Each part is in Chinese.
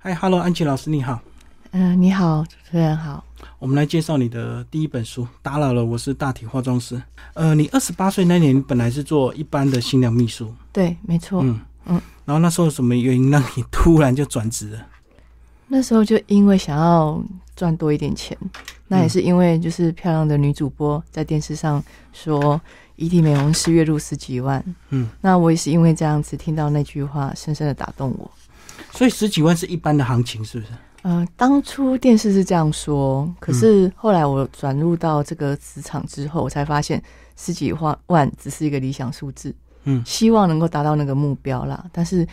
嗨，Hello，安琪老师，你好。嗯、你好，主持人好。我们来介绍你的第一本书《打扰了，我是大体化妆师》。呃，你二十八岁那年本来是做一般的新娘秘书，对，没错。嗯嗯，然后那时候什么原因让你突然就转职了？那时候就因为想要赚多一点钱，那也是因为就是漂亮的女主播在电视上说遗体美容师月入十几万，嗯，那我也是因为这样子听到那句话，深深的打动我。所以十几万是一般的行情，是不是？呃，当初电视是这样说，嗯可是后来我转入到这个职场之后，我才发现十几万万只是一个理想数字，嗯希望能够达到那个目标啦。但是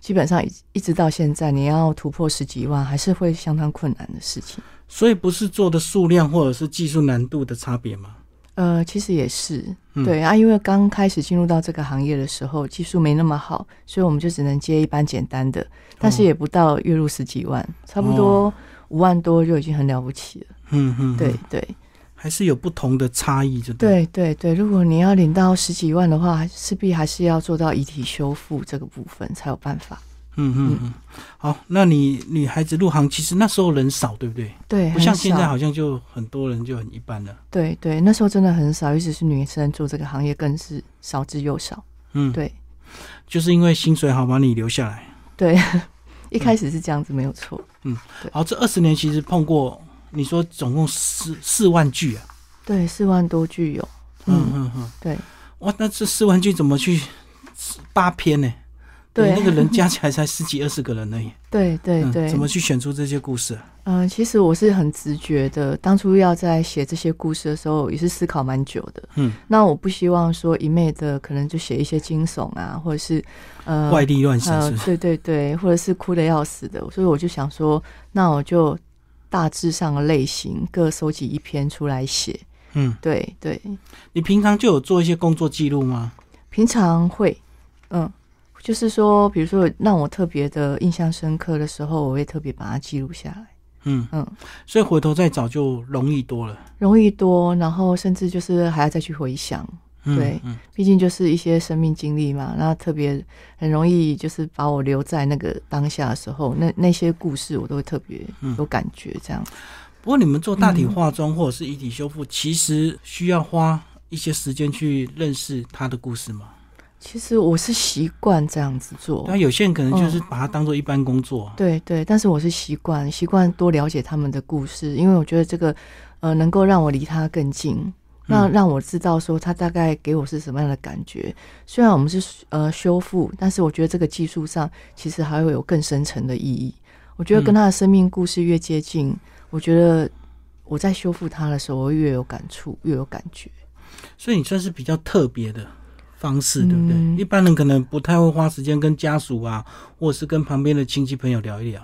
基本上一一直到现在，你要突破十几万，还是会相当困难的事情。所以不是做的数量或者是技术难度的差别吗？呃，其实也是，嗯对啊，因为刚开始进入到这个行业的时候，技术没那么好，所以我们就只能接一般简单的，但哦是也不到月入十几万，差不多五万多就已经很了不起了。嗯哦嗯，嗯对，对。还是有不同的差异，就对。对对对，如果你要领到十几万的话，势必还是要做到遗体修复这个部分才有办法。嗯嗯嗯。好，那你女孩子入行，其实那时候人少，对不对？对，不像很现在啊少好像就很多人就很一般了。对对，那时候真的很少，尤其是女生做这个行业更是少之又少。嗯，对就是因为薪水好把你留下来。对，嗯一开始是这样子没有错。好，这二十年其实碰过，你说总共四四万句啊。对，四万多具有。嗯嗯，嗯嗯。对哇，那这四万句怎么去八篇呢？对那个人加起来才十几二十个人而已。 对对嗯对，怎么去选出这些故事啊？嗯，其实我是很直觉的，当初要在写这些故事的时候，也是思考蛮久的。嗯，那我不希望说一昧的，可能就写一些惊悚啊，或者是呃怪力乱神呃是不，是？对对对，或者是哭的要死的，所以我就想说，那我就大致上的类型各收集一篇出来写。嗯，对对，你平常就有做一些工作记录吗？平常会，嗯，就是说，比如说让我特别的印象深刻的时候，我会特别把它记录下来。嗯嗯，所以回头再找就容易多了。容易多，然后甚至就是还要再去回想，嗯、对嗯，毕竟就是一些生命经历嘛，然后特别很容易就是把我留在那个当下的时候，那那些故事我都会特别嗯有感觉，这样。不过你们做大嗯体化妆或者是遗体修复，其实需要花一些时间去认识他的故事嘛。其实我是习惯这样子做，但有些人可能嗯就是把它当做一般工作啊。对对，但是我是习惯习惯多了解他们的故事，因为我觉得这个呃能够让我离他更近，那嗯让我知道说他大概给我是什么样的感觉。虽然我们是呃修复，但是我觉得这个技术上其实还会有更深层的意义。我觉得跟嗯他的生命故事越接近，我觉得我在修复他的时候，我会越有感触，越有感觉。所以你算是比较特别的方式，对不对？嗯一般人可能不太会花时间跟家属啊，或者是跟旁边的亲戚朋友聊一聊，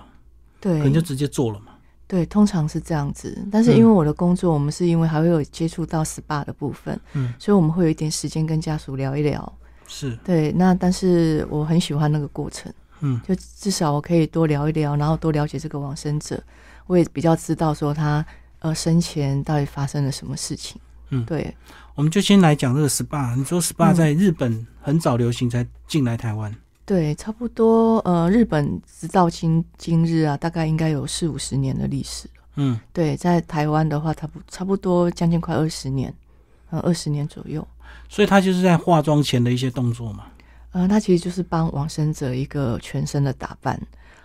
对，可能就直接做了嘛。对，通常是这样子。但是因为嗯我的工作，我们是因为还会有接触到 SPA 的部分，嗯，所以我们会有一点时间跟家属聊一聊。是，对，那但是我很喜欢那个过程，嗯就至少我可以多聊一聊，然后多了解这个往生者，我也比较知道说他呃生前到底发生了什么事情。嗯对，我们就先来讲这个 SPA。你说 SPA 嗯在日本很早流行，才进来台湾。对，差不多呃，日本直到今今日啊，大概应该有四五十年的历史了。嗯，对，在台湾的话，差不差不多将近快二十年，嗯、二十年左右。所以他就是在化妆前的一些动作嘛。呃，它其实就是帮往生者一个全身的打扮。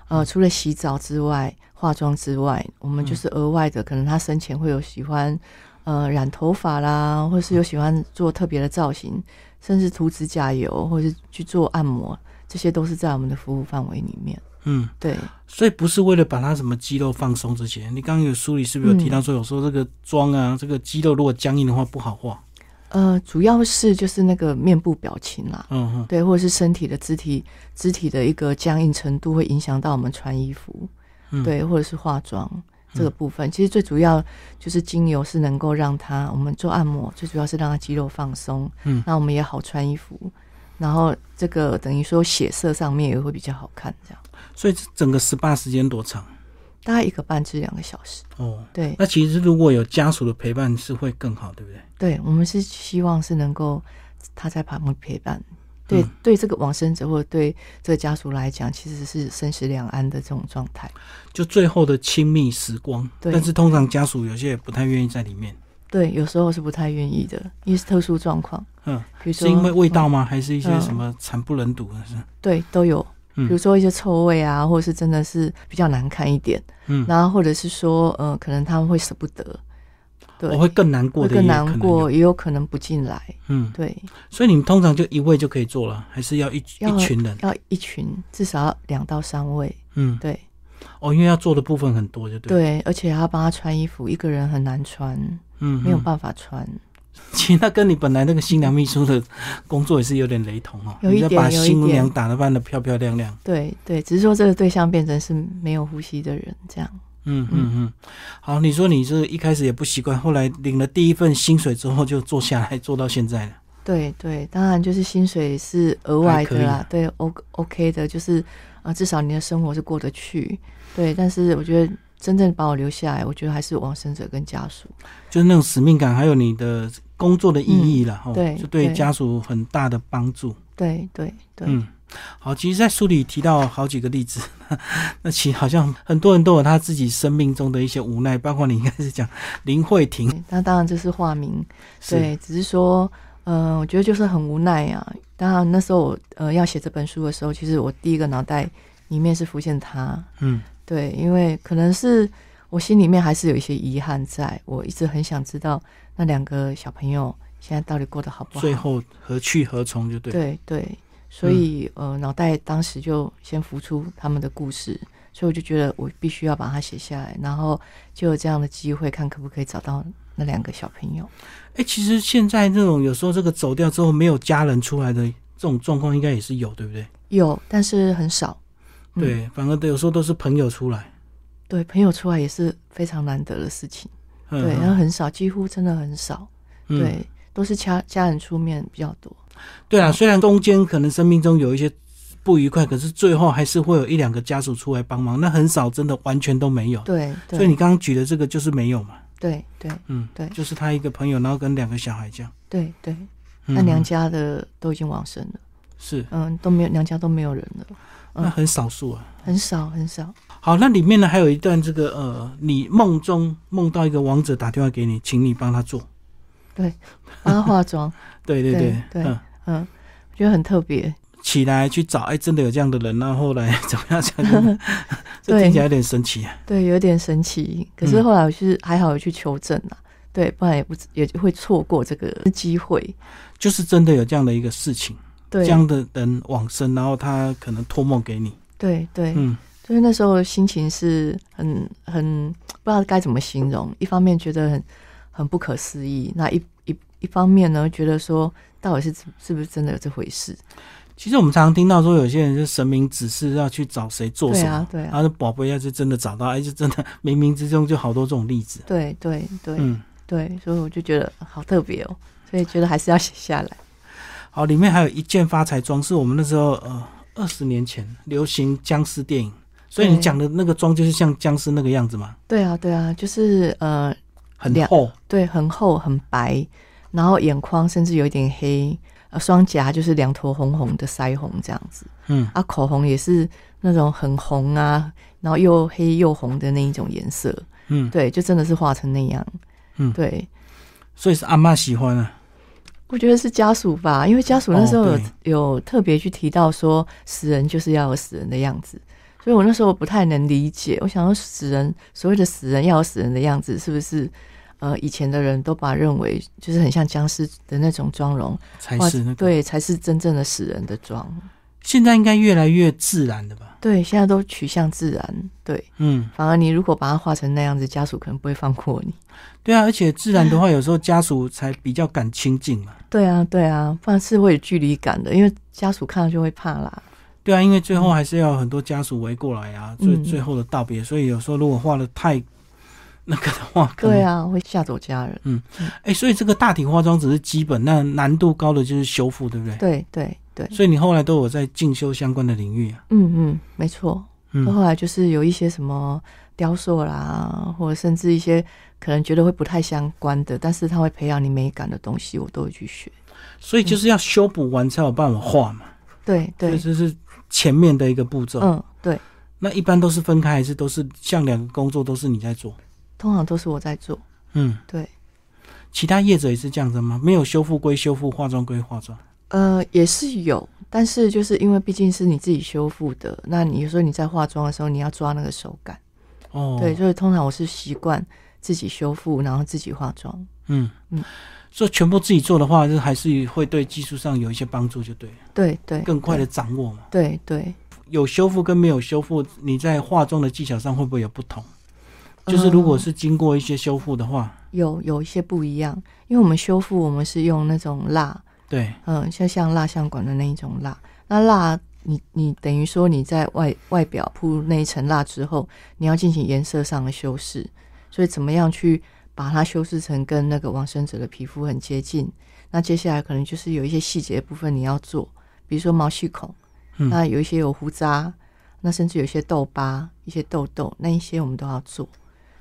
呃，除了洗澡之外、化妆之外，我们就是额外的，可能他生前会有喜欢，呃，染头发啦，或是有喜欢做特别的造型，甚至涂指甲油，或是去做按摩，这些都是在我们的服务范围里面。嗯，对，所以不是为了把他什么肌肉放松这些。你刚刚有书里是不是有提到说，有时候这个妆啊，这个肌肉如果僵硬的话不好画。呃，主要是就是那个面部表情啦，嗯嗯，对，或者是身体的肢体肢体的一个僵硬程度，会影响到我们穿衣服，嗯对，或者是化妆这个部分。其实最主要就是精油是能够让它，我们做按摩最主要是让它肌肉放松，嗯那我们也好穿衣服，然后这个等于说血色上面也会比较好看，这样所以整个 SPA 时间多长？大概一个半至两个小时。哦，对，那其实如果有家属的陪伴是会更好，对不对？对，我们是希望是能够他在旁边陪伴。嗯对对，这个往生者或者对这个家属来讲，其实是生死两安的这种状态。就最后的亲密时光。对但是通常家属有些也不太愿意在里面。对，有时候是不太愿意的，因为是特殊状况，嗯，比如说是因为味道吗？还是一些嗯什么惨不忍睹的事？对，都有。比嗯如说一些臭味啊，或者是真的是比较难看一点，嗯然后或者是说，呃，可能他们会舍不得，对，哦我会更难过会的，更难过，。也有可能不进来，嗯，对，所以你们通常就一位就可以做了，还是要一要一群人？要一群至少要两到三位，嗯，对哦，因为要做的部分很多，就对。，对，而且还要帮他穿衣服，一个人很难穿，嗯，没有嗯 办法穿，其实那跟你本来那个新娘秘书的工作也是有点雷同哦，有一你要点把有一新娘点打得扮得漂漂亮亮。对对，只是说这个对象变成是没有呼吸的人，这样，嗯嗯嗯，好，你说你是一开始也不习惯，后来领了第一份薪水之后就做下来，做到现在了。对对，当然就是薪水是额外的还啦，对，O OK 的，就是呃，至少你的生活是过得去，对。但是我觉得真正把我留下来，我觉得还是往生者跟家属，就是那种使命感，还有你的工作的意义了，哦，嗯对就对对家属很大的帮助。对对对，嗯，好，其实，在书里提到好几个例子， 那其实好像很多人都有他自己生命中的一些无奈，包括你应该是讲林慧婷，对那当然这是化名，是，对，只是说，嗯、我觉得就是很无奈啊。当然那时候我呃要写这本书的时候，其实我第一个脑袋里面是浮现他，嗯对，因为可能是我心里面还是有一些遗憾在，我一直很想知道那两个小朋友现在到底过得好不好。最后何去何从就对。嗯对对，所以、呃，脑袋当时就先浮出他们的故事，所以我就觉得我必须要把它写下来，然后就有这样的机会，看可不可以找到那两个小朋友。哎、其实现在这种有时候这个走掉之后没有家人出来的这种状况，应该也是有，对不对？有，但是很少。嗯对，反而有时候都是朋友出来。对，朋友出来也是非常难得的事情。嗯对，然后很少，几乎真的很少。嗯对，都是家家人出面比较多。对啊，虽然中间可能生命中有一些不愉快，可是最后还是会有一两个家属出来帮忙，那很少真的完全都没有。对，对哦所以你刚刚举的这个就是没有嘛，对对嗯，对就是他一个朋友，然后跟两个小孩这样。对对，嗯那娘家的都已经往生了，是，嗯，都没有娘家都没有人了，嗯那很少数啊。很少很少。好，那里面呢还有一段这个呃，你梦中梦到一个王者打电话给你，请你帮他做。帮他化妆， 对对对对嗯，嗯，我觉得很特别。起来去找，哎，真的有这样的人，然后后来 怎么样？这样子 这对听起来有点神奇啊。对，有点神奇。可是嗯后来我是、还好有去求证啦，对，不然也不知也会错过这个机会。就是真的有这样的一个事情，这对，样的人往生，然后他可能托梦给你。对对，嗯就是那时候心情是很很不知道该怎么形容，一方面觉得很很不可思议，那一一一方面呢，觉得说到底是是不是真的有这回事？其实我们常常听到说，有些人是神明指示要去找谁做对什么，啊，对然啊，后宝贝要是真的找到，哎，就真的冥冥之中就好多这种例子。对对对、嗯，对，所以我就觉得好特别哦，所以觉得还是要写下来。好，里面还有一件发财装，是我们那时候呃二十年前流行僵尸电影，所以你对讲的那个妆就是像僵尸那个样子嘛， 对啊，对啊，就是呃，很两厚，对，很厚很白，然后眼眶甚至有一点黑，呃，双颊就是两坨红红的腮红这样子。嗯啊，口红也是那种很红啊，然后又黑又红的那一种颜色，嗯，对，就真的是画成那样。嗯对，所以是阿嬷喜欢啊，我觉得是家属吧，因为家属那时候有、哦有特别去提到说，死人就是要有死人的样子，所以我那时候不太能理解，我想说死人所谓的死人要有死人的样子，是不是？呃，以前的人都把认为就是很像僵尸的那种妆容，才哇是那个。，哦对，才是真正的死人的妆。现在应该越来越自然的吧？对，现在都取向自然，对。嗯，反而你如果把它画成那样子，家属可能不会放过你。对啊，而且自然的话，有时候家属才比较敢亲近嘛。对啊，对啊，不然是会有距离感的，因为家属看到就会怕啦。对啊，因为最后还是要很多家属围过来啊，嗯最最后的道别。所以有时候如果画的太那个的话，可能对啊，会吓走家人。哎，所以这个大体化妆只是基本，那难度高的就是修复，对不对？对对对，所以你后来都有在进修相关的领域啊。嗯嗯，没错。嗯，后来就是有一些什么雕塑啦，或者甚至一些可能觉得会不太相关的，但是它会培养你美感的东西，我都会去学。所以就是要修补完才有办法画嘛。对所对以，这是前面的一个步骤。嗯对，那一般都是分开，还是都是像两个工作都是你在做？通常都是我在做。嗯，对，其他业者也是这样子吗？没有修复归修复，化妆归化妆。呃，也是有，但是就是因为毕竟是你自己修复的，那你有时候你在化妆的时候，你要抓那个手感。哦，对，，所以通常我是习惯自己修复，然后自己化妆。嗯嗯嗯，所以全部自己做的话，就还是会对技术上有一些帮助，就对了，对对，更快的掌握嘛。对。对对，有修复跟没有修复，你在化妆的技巧上会不会有不同？就是如果呃是经过一些修复的话，有有一些不一样，因为我们修复我们是用那种蜡，对，嗯，像像蜡像馆的那一种蜡，那蜡你你等于说你在外外表铺那一层蜡之后，你要进行颜色上的修饰，所以怎么样去把它修饰成跟那个往生者的皮肤很接近？那接下来可能就是有一些细节部分你要做，比如说毛细孔，嗯那有一些有胡渣，那甚至有一些痘疤、一些痘痘，那一些我们都要做，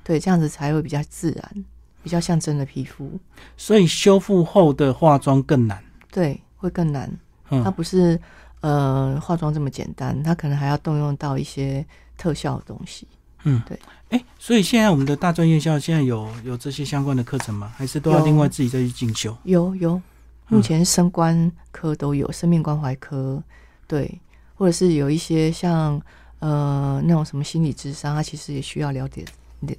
对，这样子才会比较自然，比较像真的皮肤，所以修复后的化妆更难。对，会更难。它嗯，不是呃化妆这么简单，它可能还要动用到一些特效的东西。哎、所以现在我们的大专院校现在有有这些相关的课程吗？还是都要有另外自己再去进修？有嗯有，目前生关科都有，生命关怀科，对，或者是有一些像呃那种什么心理智商，它其实也需要了解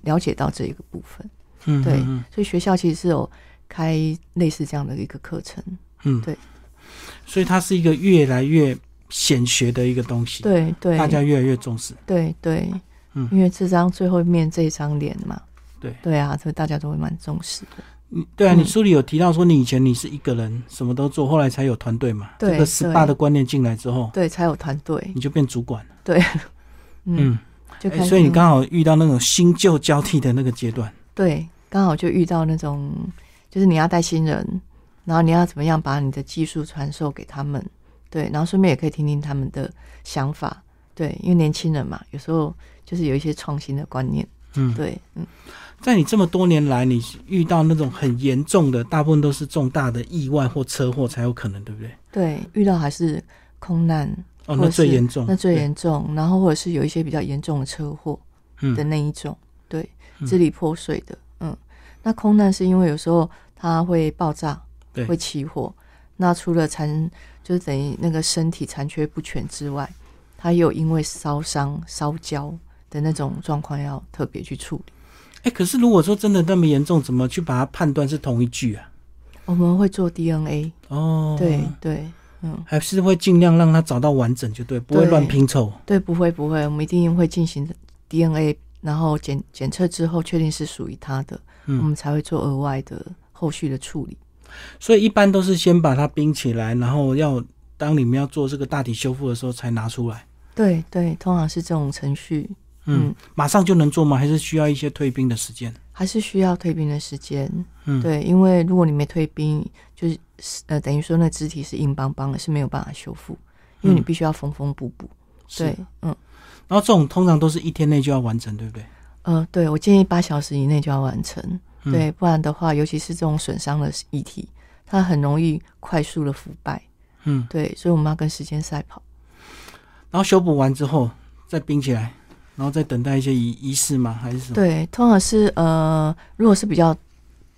了解到这一个部分。嗯，对嗯所以学校其实是有开类似这样的一个课程。嗯，对，所以它是一个越来越显学的一个东西，，对对，大家越来越重视。对对，嗯因为这张最后面这一张脸嘛。对对啊，所以大家都会蛮重视的。你对啊，你嗯书里有提到说，你以前你是一个人什么都做，后来才有团队嘛。对这个 SPA 对的观念进来之后，对，才有团队。你就变主管了。嗯，嗯，就哎开始、所以你刚好遇到那种新旧交替的那个阶段。对刚好就遇到那种，就是你要带新人，然后你要怎么样把你的技术传授给他们，对，然后顺便也可以听听他们的想法，对，因为年轻人嘛，有时候就是有一些创新的观念，嗯，对，嗯，在你这么多年来，你遇到那种很严重的，大部分都是重大的意外或车祸才有可能，对不对？对，遇到还是空难，哦，或那者最是严重，那最对，严重，然后或者是有一些比较严重的车祸，的嗯那一种，对，嗯支离破碎的，嗯，那空难是因为有时候它会爆炸，对会起火，那除了残就是等于那个身体残缺不全之外，它又因为烧伤、烧焦的那种状况要特别去处理。哎、可是如果说真的那么严重，怎么去把它判断是同一句啊？我们会做 DNA，、哦，对对，嗯，还是会尽量让他找到完整，就对，不会对乱拼凑。对，不会不会，我们一定会进行 DNA，然后检检测之后确定是属于它的，嗯我们才会做额外的后续的处理。所以一般都是先把它冰起来，然后要当你们要做这个大体修复的时候才拿出来。对对，通常是这种程序，嗯，嗯马上就能做吗？还是需要一些退冰的时间？还是需要退兵的时间。嗯对，因为如果你没退兵，就是呃，等于说那肢体是硬邦邦的，是没有办法修复，因为你嗯必须要缝缝补补。是对。，嗯，然后这种通常都是一天内就要完成，对不对？呃，对我建议八小时以内就要完成，嗯对，不然的话，尤其是这种损伤的遗体，它很容易快速的腐败。嗯，对，所以我们要跟时间赛跑。然后修补完之后再冰起来，然后再等待一些仪仪式吗？还是什么？对，通常是呃，如果是比较，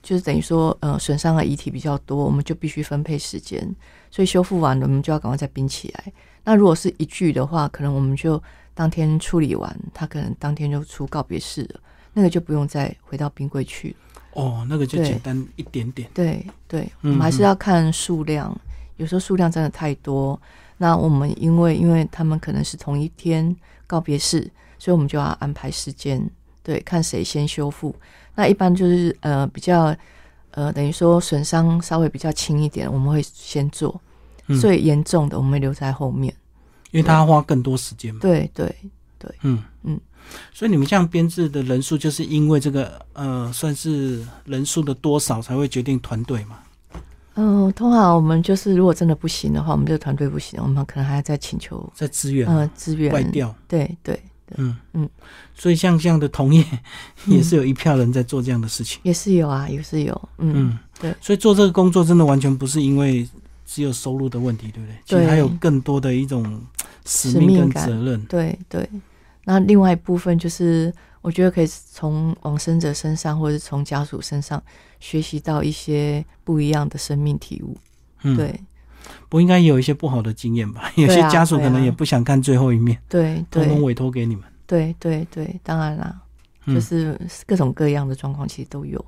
就是等于说呃，损伤的遗体比较多，我们就必须分配时间，所以修复完了，我们就要赶快再冰起来。那如果是一具的话，可能我们就当天处理完，他可能当天就出告别式了，那个就不用再回到冰柜去了。哦，那个就对简单一点点。对对，我嗯们还嗯是要看数量，有时候数量真的太多，那我们因为因为他们可能是同一天告别式，所以我们就要安排时间，对，看谁先修复。那一般就是呃比较呃等于说损伤稍微比较轻一点，我们会先做，嗯最严重的我们会留在后面。因为它要花更多时间嘛。对对嗯嗯嗯，所以你们这样编制的人数，就是因为这个呃，算是人数的多少才会决定团队嘛。嗯、通常我们就是如果真的不行的话，我们这个团队不行，我们可能还要再请求在资源、嗯、呃资源外。调，对对，嗯嗯嗯，所以像这样的同业嗯也是有一票人在做这样的事情，也是有啊，也是有，嗯嗯，对所以做这个工作真的完全不是因为只有收入的问题，对不对？其对实还有更多的一种使使命跟命感责任。对对，那另外一部分就是，我觉得可以从往生者身上，或者是从家属身上，学习到一些不一样的生命体悟。嗯，对不过应该也有一些不好的经验吧？有些对啊家属可对能啊也不想看最后一面，对通通对委托给你们。对对对，当然啦，嗯就是各种各样的状况其实都有。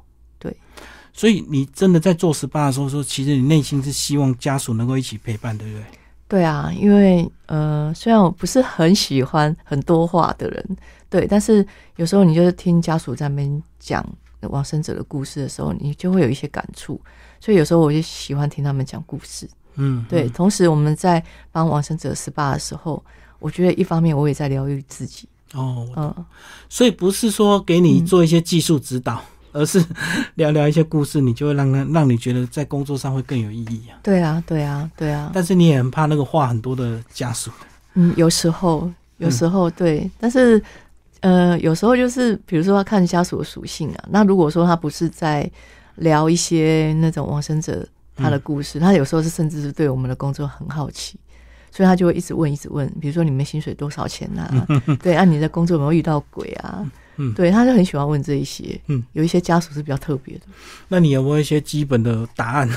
所以你真的在做 SPA 的时候说，其实你内心是希望家属能够一起陪伴，对不对？对啊，因为呃，虽然我不是很喜欢很多话的人，对，但是有时候你就是听家属在那边讲往生者的故事的时候，你就会有一些感触，所以有时候我就喜欢听他们讲故事。嗯，对，嗯同时我们在帮往生者 SPA 的时候，我觉得一方面我也在疗愈自己，哦，嗯，所以不是说给你做一些技术指导，而是 聊聊一些故事，你就会让他让你觉得在工作上会更有意义啊。对啊，对啊，对啊，但是你也很怕那个话很多的家属，嗯，有时候，嗯有时候对，但是呃，有时候就是比如说要看家属的属性啊，那如果说他不是在聊一些那种往生者他嗯的故事，他有时候是甚至是对我们的工作很好奇。所以他就会一直问，一直问，比如说你们薪水多少钱呐、 对，啊，你的工作有没有遇到鬼啊？嗯对，他就很喜欢问这一些。嗯，有一些家属是比较特别的。那你有没有一些基本的答案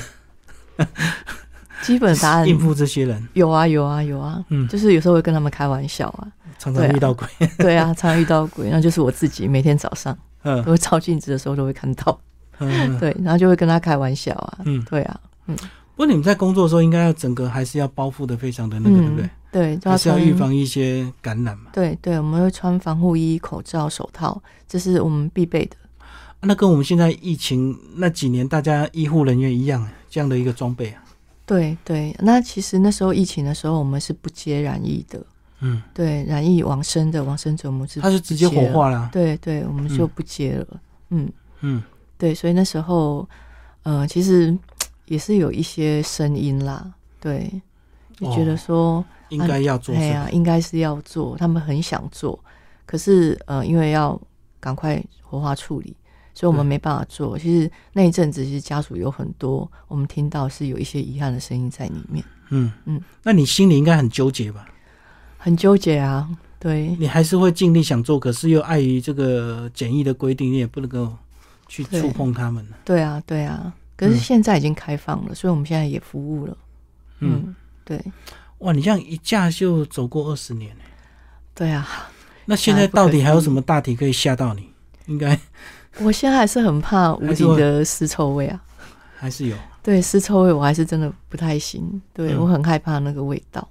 基本答案应付这些人？有啊有啊有啊，嗯就是有时候会跟他们开玩笑啊，常常对啊遇到鬼， 对啊，常常遇到鬼，那就是我自己每天早上嗯我照镜子的时候都会看到，嗯。嗯啊对，然后就会跟他开玩笑啊，嗯对啊，不过你们在工作的时候，应该要整个还是要包覆的非常的那个，对不嗯对？，对，啊还就要是要穿预，防一些感染嘛。对对，我们会穿防护衣、口罩、手套，这是我们必备的，那跟我们现在疫情那几年大家医护人员一样，这样的一个装备啊。对对。那其实那时候疫情的时候，我们是不接染疫的，嗯，对，染疫往生的往生者，我们是它是直接不接火了，化啦。对对，我们就不接了，嗯嗯对，所以那时候，呃，其实也是有一些声音啦，对，就哦觉得说，应该要做哎什呀、么？应该是要做，他们很想做，可是呃，因为要赶快活化处理，所以我们对没办法做。其实那一阵子，其实家属有很多，我们听到是有一些遗憾的声音在里面，嗯嗯嗯，那你心里应该很纠结吧？很纠结啊，对，你还是会尽力想做，可是又碍于这个简易的规定，你也不能够去对触碰他们。对啊，对啊。可是嗯现在已经开放了，所以我们现在也服务了，嗯，嗯对，哇，你这样一架就走过二十年了，对啊。那现在哎不可到底还有思议什么大题可以吓到你？应该我现在还是很怕无敌的尸臭味啊，还是有。对尸臭味我还是真的不太行，对、嗯我很害怕那个味道，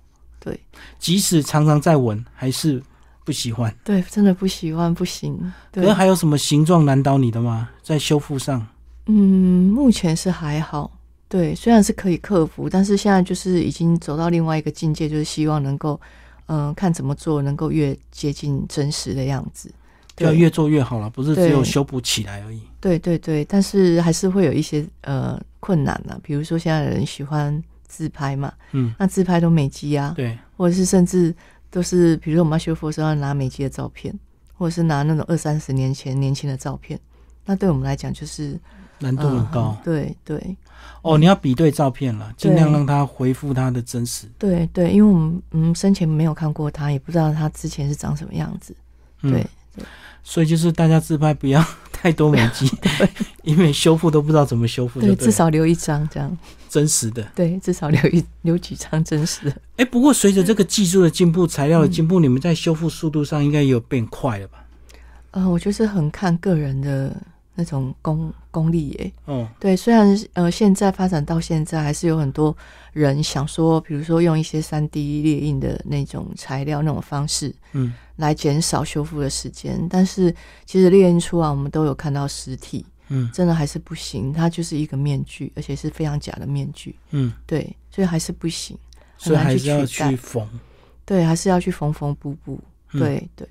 即使常常在闻，还是不喜欢。对，真的不喜欢，不行，可对是，还有什么形状难倒你的吗？在修复上，嗯，目前是还好，对，虽然是可以克服，但是现在就是已经走到另外一个境界，就是希望能够，嗯、看怎么做能够越接近真实的样子，就要对越做越好了，不是只有对修补起来而已。对对对，但是还是会有一些呃困难呢、比如说现在的人喜欢自拍嘛，嗯，那自拍都美肌啊，对，或者是甚至都是，比如说我们要修复的时候要拿美肌的照片，或者是拿那种二三十年前年轻的照片，那对我们来讲就是难度很嗯高。对对哦，你要比对照片了，对尽量让它回复它的真实。对对，因为我们嗯生前没有看过他，也不知道他之前是长什么样子。嗯对，所以就是大家自拍不要 太多美 肌，因为修复都不知道怎么修复就了，对，至少留一张这样。真实的。对，至少留一留几张真实的。哎，不过随着这个技术的进步、材嗯料的进步，你们在修复速度上应该也有变快了吧？呃，我就是很看个人的那种功功力耶、哦，对，虽然呃，现在发展到现在，还是有很多人想说，比如说用一些三 D 列印的那种材料、那种方式嗯，来减少修复的时间，但是其实列印出来，我们都有看到实体，嗯真的还是不行，它就是一个面具，而且是非常假的面具，嗯，对，所以还是不行，所以还是要很难去取代去缝。对，还是要去缝缝补补，嗯对、对，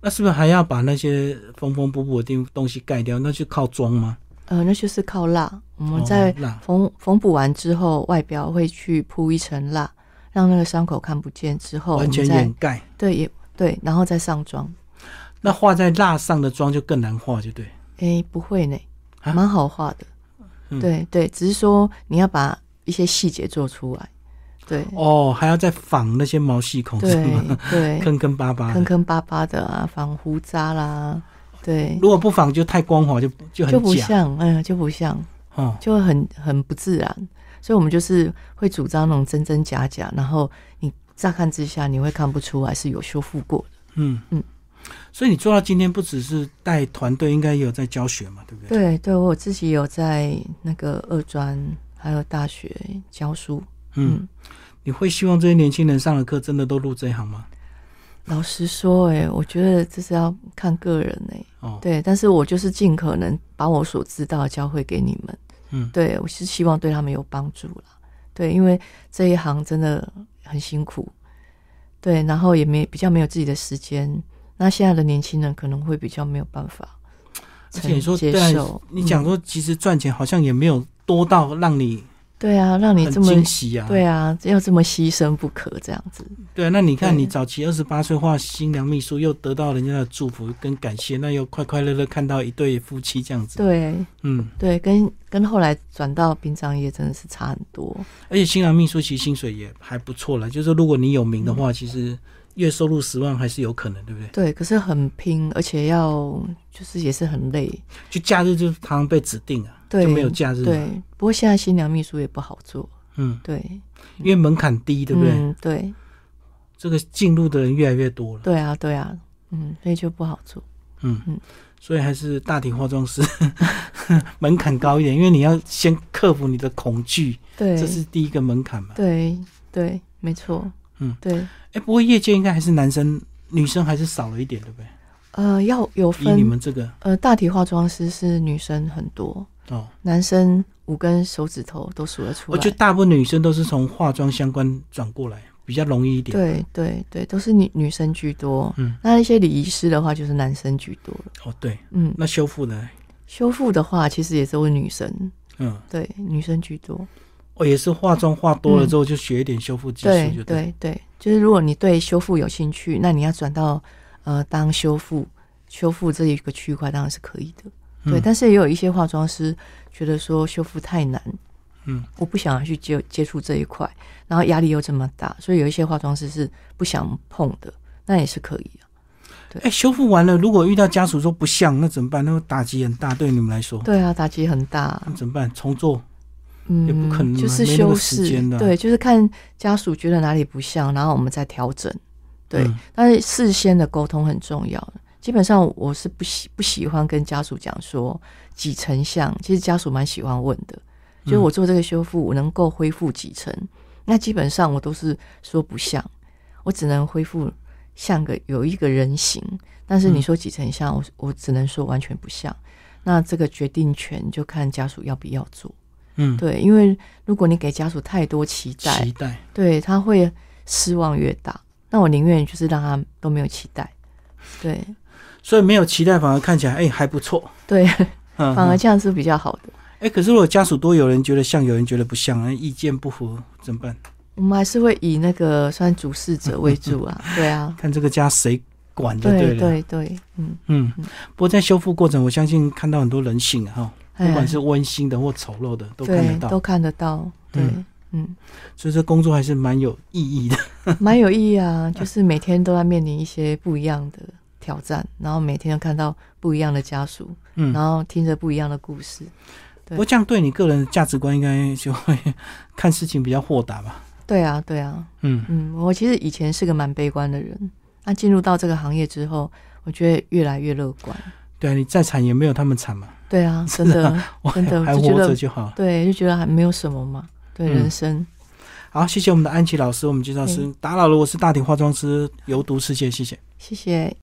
那是不是还要把那些缝缝补补的地东西盖掉？那就靠装吗？呃，那就是靠蜡，我们哦在蜡缝缝补完之后，外表会去铺一层蜡。让那个伤口看不见之哦后，我完们全再掩盖，对，也对，然后再上妆。那画在蜡上的妆就更难画，就对。诶，不会呢，啊蛮好画的。嗯对对，只是说你要把一些细节做出来。对，哦，还要再仿那些毛细孔，是对吗？对，坑坑巴巴的坑坑巴巴的啊，仿胡渣啦，对，如果不仿就太光滑，就就就很不假像，嗯，就不像，哦。就很很不自然。所以我们就是会主张那种真真假假，然后你乍看之下你会看不出来是有修复过的。嗯嗯嗯，所以你做到今天，不只是带团队，应该也有在教学嘛，对不对？对对，我自己有在那个二专还有大学教书，嗯，你会希望这些年轻人上了课，真的都入这一行吗？老实说、欸，哎，我觉得这是要看个人哎、哦，对，但是我就是尽可能把我所知道的教会给你们。嗯对，我是希望对他们有帮助啦。对，因为这一行真的很辛苦，对，然后也没比较没有自己的时间。那现在的年轻人可能会比较没有办法而且你说，接对啊受。你讲嗯说，其实赚钱好像也没有多到让你对啊，让你很这么惊喜啊。对啊，要这么牺牲不可这样子。对啊，那你看，对你早期二十八岁画新娘秘书，又得到人家的祝福跟感谢，那又快快乐乐看到一对夫妻这样子。对嗯，对，跟跟后来转到殡葬业真的是差很多。而且新郎秘书其实薪水也还不错了，就是说如果你有名的嗯话，其实月收入十万还是有可能，对不对？对，可是很拼，而且要就是也是很累。就假日就常常被指定啊，对，就没有假日。，对，不过现在新娘秘书也不好做，嗯，对，因为门槛低，对不对？嗯，对，这个进入的人越来越多了，对啊，对啊，嗯，所以就不好做。嗯嗯所以还是大体化妆师 门槛高一点，因为你要先克服你的恐惧，对，这是第一个门槛嘛。对对，没错，嗯对，哎，不过业界应该还是男生女生还是少了一点，对不对？呃，要有以你分，们这个呃，大体化妆师是女生很多，哦，男生五根手指头都数得出我来。觉得大部分女生都是从化妆相关转过来，比较容易一点。对对对，都是女女生居多。嗯，那一些礼仪师的话，就是男生居多了。哦，对，嗯，那修复呢？修复的话，其实也都是女生，嗯，对，女生居多。我、也是化妆化多了之后，就学一点修复技术，就嗯对对对，就是如果你对修复有兴趣，那你要转到呃当修复修复这一个区块当然是可以的。对，嗯但是也有一些化妆师觉得说修复太难，嗯，我不想要去接接触这一块，然后压力又这么大，所以有一些化妆师是不想碰的，那也是可以啊的。哎、修复完了，如果遇到家属说不像，那怎么办？那打击很大，对你们来说，对啊，打击很大，那怎么办？重做？嗯，也不可能嘛就是没那个修时间饰的啊，对，就是看家属觉得哪里不像，然后我们再调整。对，嗯但是事先的沟通很重要。基本上我是不喜不喜欢跟家属讲说几成像，其实家属蛮喜欢问的，嗯就是我做这个修复，我能够恢复几成？那基本上我都是说不像，我只能恢复像个有一个人形，但嗯是你说几成像，我我只能说完全不像。那这个决定权就看家属要不要做。嗯，对，因为如果你给家属太多期待，期待。对他会失望越大。那我宁愿就是让他都没有期待，对所以没有期待，反而看起来哎、还不错。 对，嗯，反而哎、这样是比较好的。可是如果家属多，有人觉得像，有人觉得不像，那意见不合怎么办？我们还是会以那个算主事者为主 啊，对啊，看这个家谁管就对了。对对，嗯，嗯，不过在修复过程，我相信看到很多人性啊哈、哎不管是温馨的或丑陋的，都看对得到都。看得到，对，嗯，所以这工作还是蛮有意义的。蛮有意义啊， 就是每天都在面临一些不一样的挑战，然后每天都看到不一样的家属，嗯然后听着不一样的故事，不过这样对你个人的价值观应该就会看事情比较豁达吧。对啊，对啊，嗯，嗯，我其实以前是个蛮悲观的人，那进入到这个行业之后，我觉得越来越乐观。对啊，你再惨也没有他们惨嘛，对啊， 真的，我还真的还就觉活得着就好了。对，就觉得还没有什么嘛。对，嗯人生，好，谢谢我们的安琪老师，我们介绍师打扰了，我是大体化妆师游读世界，谢谢。谢谢。